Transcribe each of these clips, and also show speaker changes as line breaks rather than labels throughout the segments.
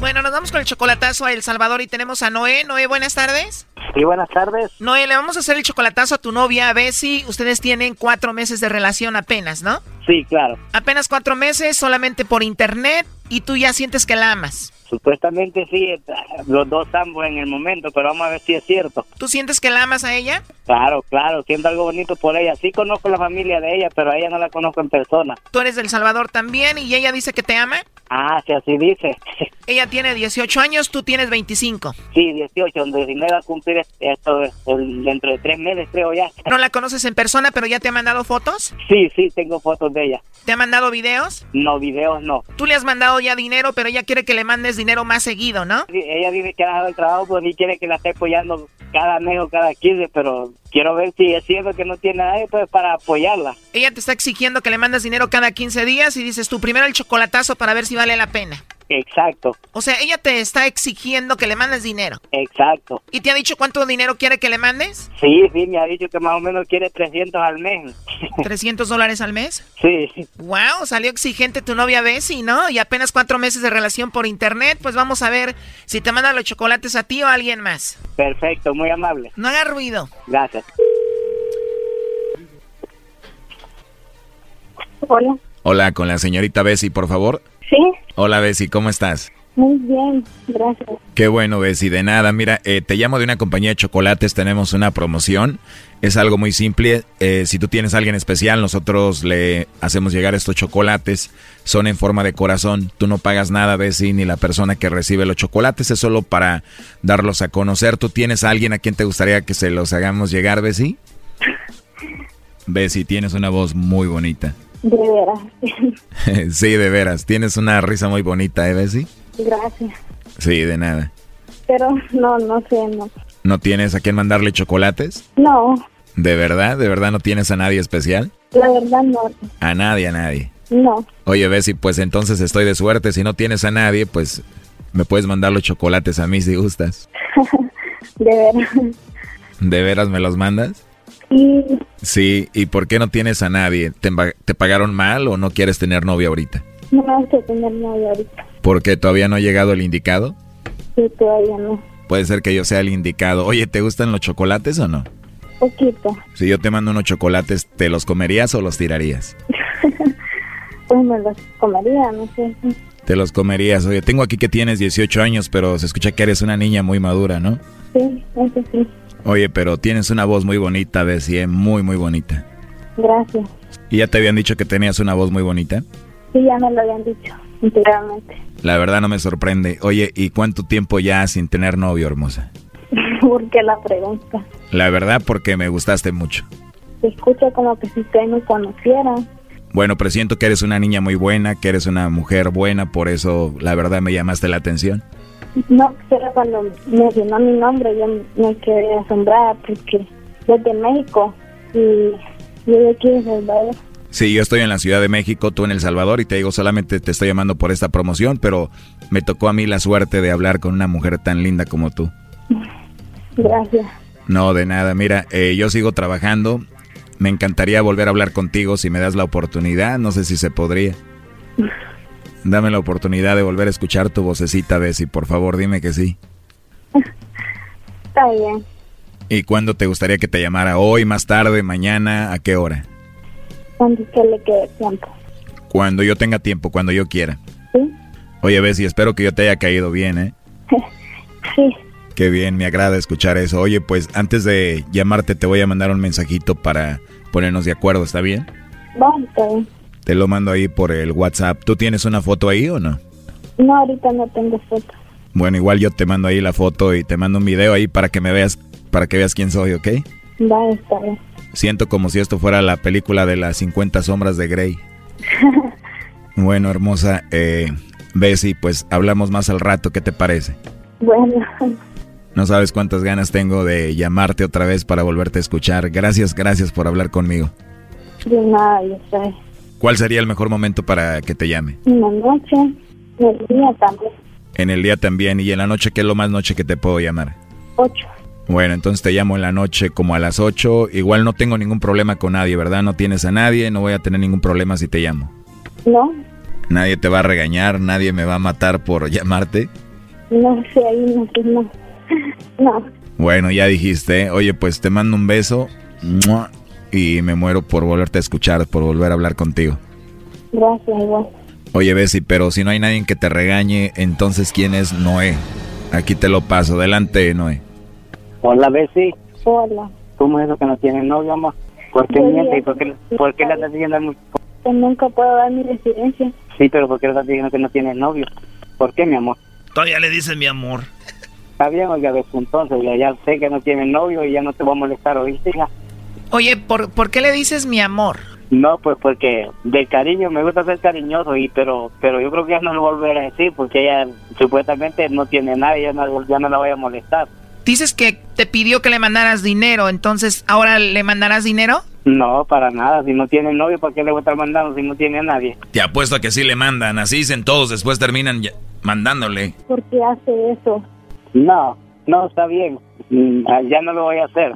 Bueno, nos vamos con el chocolatazo a El Salvador y tenemos a Noé. Noé, buenas tardes.
Sí, buenas tardes.
Noé, le vamos a hacer el chocolatazo a tu novia, a Bessie. Ustedes tienen cuatro meses de relación apenas, ¿no?
Sí, claro.
Apenas cuatro meses, solamente por internet, y tú ya sientes que la amas.
Supuestamente sí, los dos ambos en el momento, pero vamos a ver si es cierto.
¿Tú sientes que la amas a ella?
Claro, claro, siento algo bonito por ella. Sí conozco la familia de ella, pero a ella no la conozco en persona.
Tú eres del Salvador también y ella dice que te ama.
Ah, si así dice.
Ella tiene 18 años, tú tienes 25.
Sí, 18, donde 19 va a cumplir esto el- dentro de tres meses, creo ya.
No la conoces en persona, pero ya te ha mandado fotos,
Sí, sí, tengo fotos de ella.
te ha mandado videos.
No, videos no.
Tú le has mandado ya dinero, pero ella quiere que le mandes dinero más seguido, ¿no?
Sí, Ella dice que ha dejado el trabajo, pues y quiere que la esté apoyando cada mes o cada 15, pero quiero ver si es cierto que no tiene nadie, pues para apoyarla.
Ella te está exigiendo que le mandes dinero cada 15 días y dices tú primero el chocolatazo para ver si vale la pena.
Exacto,
O sea, ella te está exigiendo que le mandes dinero.
exacto.
¿Y te ha dicho cuánto dinero quiere que le mandes?
Sí, sí, me ha dicho que más o menos quiere 300 al mes.
¿300 dólares al mes?
sí,
Wow, salió exigente tu novia Bessie, ¿no? Y apenas cuatro meses de relación por internet, pues vamos a ver si te mandan los chocolates a ti o a alguien más.
perfecto, muy amable.
No haga ruido.
Gracias.
Hola,
Hola, con la señorita Bessie, por favor.
sí,
Hola, Bessie, ¿cómo estás?
muy bien, gracias.
Qué bueno, Bessie, de nada. Mira, eh, te llamo de una compañía de chocolates, tenemos una promoción. Es algo muy simple. eh, si tú tienes a alguien especial, nosotros le hacemos llegar estos chocolates. Son en forma de corazón. Tú no pagas nada, Bessie, ni la persona que recibe los chocolates. Es solo para darlos a conocer. ¿Tú tienes a alguien a quien te gustaría que se los hagamos llegar, Bessie? Bessie, tienes una voz muy bonita.
De veras,
sí, de veras. Tienes una risa muy bonita, ¿eh, Bessie?
gracias.
Sí, de nada.
Pero no, no sé, no.
¿No tienes a quién mandarle chocolates?
No,
¿De verdad? ¿De verdad no tienes a nadie especial?
la verdad no,
A nadie, a nadie.
no.
Oye, Bessie, pues entonces estoy de suerte. Si no tienes a nadie, pues me puedes mandar los chocolates a mí si gustas.
De veras.
¿De veras me los mandas?
Y
Sí, ¿y por qué no tienes a nadie? ¿Te, emba- te pagaron mal o no quieres tener novia ahorita?
no me hace tener novio ahorita.
¿Porque todavía no ha llegado el indicado?
Sí, todavía no.
Puede ser que yo sea el indicado. Oye, ¿te gustan los chocolates o no?
Poquito.
Si yo te mando unos chocolates, ¿te los comerías o los tirarías?
Pues me los comería, no sé.
Te los comerías. Oye, tengo aquí que tienes 18 años, pero se escucha que eres una niña muy madura, ¿no?
Sí, eso sí.
Oye, pero tienes una voz muy bonita, Bessie, ¿eh? muy, muy bonita.
Gracias.
¿Y ya te habían dicho que tenías una voz muy bonita?
Sí, ya me lo habían dicho anteriormente.
La verdad no me sorprende. Oye, ¿y cuánto tiempo ya sin tener novio, hermosa?
¿Por qué la pregunta?
La verdad, porque me gustaste mucho.
Se escucha como que si ustedes me conocieran.
Bueno, presiento que eres una niña muy buena, que eres una mujer buena, por eso la verdad me llamaste la atención.
No, pero cuando mencionó mi nombre yo me quedé asombrada porque yo es de México y yo de aquí de Salvador.
Sí, yo estoy en la Ciudad de México, tú en El Salvador y te digo, solamente te estoy llamando por esta promoción, pero me tocó a mí la suerte de hablar con una mujer tan linda como tú.
Gracias.
No, de nada, mira, eh, yo sigo trabajando, me encantaría volver a hablar contigo si me das la oportunidad, no sé si se podría. Dame la oportunidad de volver a escuchar tu vocecita, Bessie, por favor, dime que sí.
Está bien.
¿Y cuándo te gustaría que te llamara? ¿Hoy, más tarde, mañana? ¿A qué hora?
Cuando usted le quede tiempo.
Cuando yo tenga tiempo, cuando yo quiera.
¿Sí?
Oye, Bessie, espero que yo te haya caído bien, ¿eh?
Sí.
Qué bien, me agrada escuchar eso. Oye, pues antes de llamarte te voy a mandar un mensajito para ponernos de acuerdo, ¿está bien?
Bueno, está bien.
Te lo mando ahí por el WhatsApp. ¿Tú tienes una foto ahí o no?
No, ahorita no tengo foto.
Bueno, igual yo te mando ahí la foto y te mando un video ahí para que me veas, para que veas quién soy, ¿ok?
Va, está bien.
Siento como si esto fuera la película de las 50 sombras de Grey. bueno, hermosa, eh, Bessie, pues hablamos más al rato, ¿qué te parece?
Bueno,
No sabes cuántas ganas tengo de llamarte otra vez para volverte a escuchar. Gracias, gracias por hablar conmigo.
de nada, yo sé.
¿Cuál sería el mejor momento para que te llame?
En la noche, en el día también.
En el día también y en la noche, ¿qué es lo más noche que te puedo llamar?
Ocho.
Bueno, entonces te llamo en la noche como a las 8. Igual no tengo ningún problema con nadie, ¿verdad? No tienes a nadie, no voy a tener ningún problema si te llamo.
No,
Nadie te va a regañar, nadie me va a matar por llamarte.
no sé, ahí no sé, no. No,
Bueno, ya dijiste, ¿eh? oye, pues te mando un beso ¡mua! y me muero por volverte a escuchar, por volver a hablar contigo.
gracias, igual.
Oye, Bessie, pero si no hay nadie que te regañe, entonces ¿quién es Noé? Aquí te lo paso. Adelante, Noé.
Hola, Bessie.
Hola.
¿Cómo es eso que no tiene novio, amor? ¿Por qué
Yo
miente?
bien.
¿Y por qué, por qué le estás diciendo al mu-
Yo nunca puedo dar mi residencia.
Sí, pero ¿por qué le estás diciendo que no tiene novio? ¿Por qué, mi amor?
Todavía le dice mi amor.
Está bien, oiga, Bessie, entonces, ya, ya sé que no tiene novio y ya no te voy a molestar, ¿oíste, hija?
Oye, ¿por, ¿por qué le dices mi amor?
No, pues porque del cariño me gusta ser cariñoso y pero pero yo creo que ya no lo volveré a decir porque ella supuestamente no tiene nada y ya no, ya no la voy a molestar.
Dices que te pidió que le mandaras dinero, entonces ahora le mandarás dinero.
No, para nada. Si no tiene novio, ¿para qué le voy a estar mandando si no tiene a nadie?
Te apuesto a que sí le mandan. Así dicen todos, después terminan ya- mandándole.
¿Por qué hace eso?
No, no, está bien. Mm, ah, Ya no lo voy a hacer.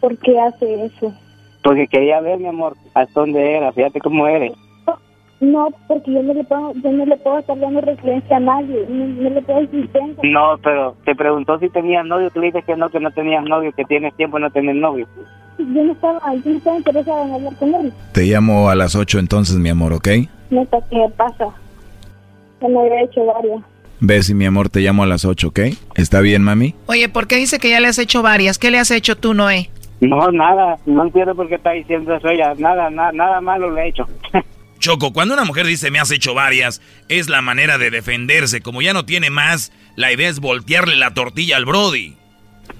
¿Por qué hace eso?
Porque quería ver, mi amor, hasta dónde era. Fíjate cómo eres.
No, porque yo no le puedo, yo no le puedo estar dando referencia a nadie, no, no le puedo existencia.
No, pero te preguntó si tenías novio. Tú le dices que no, que no tenías novio, que tienes tiempo de no tener novio.
Yo no estaba, yo no estaba interesada en hablar con él.
Te llamo a las 8 entonces, mi amor, ¿ok?
Neta, ¿qué me pasa? Ya me había hecho varias.
Bessie, mi amor, te llamo a las 8, ¿ok? ¿Está bien, mami?
Oye, ¿por qué dice que ya le has hecho varias? ¿Qué le has hecho tú, Noé?
No, nada. No entiendo por qué está diciendo eso ella. Nada, nada, nada malo le he hecho.
Choco, cuando una mujer dice me has hecho varias, es la manera de defenderse. Como ya no tiene más, la idea es voltearle la tortilla al Brody.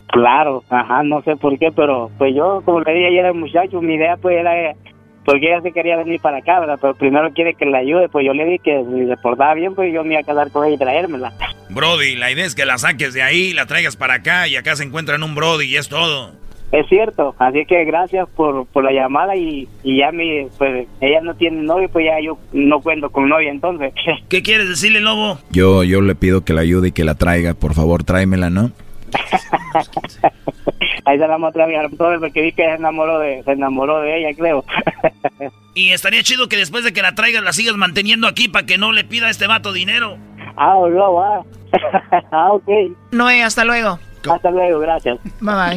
Claro, ajá, no sé por qué, pero pues yo, como le dije ayer al muchacho, mi idea pues era, eh, porque ella se quería venir para acá, ¿verdad? Pero primero quiere que la ayude, pues yo le dije que si se portaba bien, pues yo me iba a quedar con ella y traérmela.
Brody, la idea es que la saques de ahí, la traigas para acá y acá se encuentran un Brody y es todo.
Es cierto, así que gracias por, por la llamada y, y ya mi, pues ella no tiene novio, pues ya yo no cuento con novia entonces.
¿Qué quieres decirle, lobo?
Yo, yo le pido que la ayude y que la traiga. Por favor, tráemela, ¿no?
Ahí se la vamos a traer al todo porque vi que se enamoró de, se enamoró de ella, creo.
Y estaría chido que después de que la traigas la sigas manteniendo aquí para que no le pida a este vato dinero.
ah, no, ah. ah, ok.
Noé, hasta luego.
Hasta luego, gracias.
Bye bye.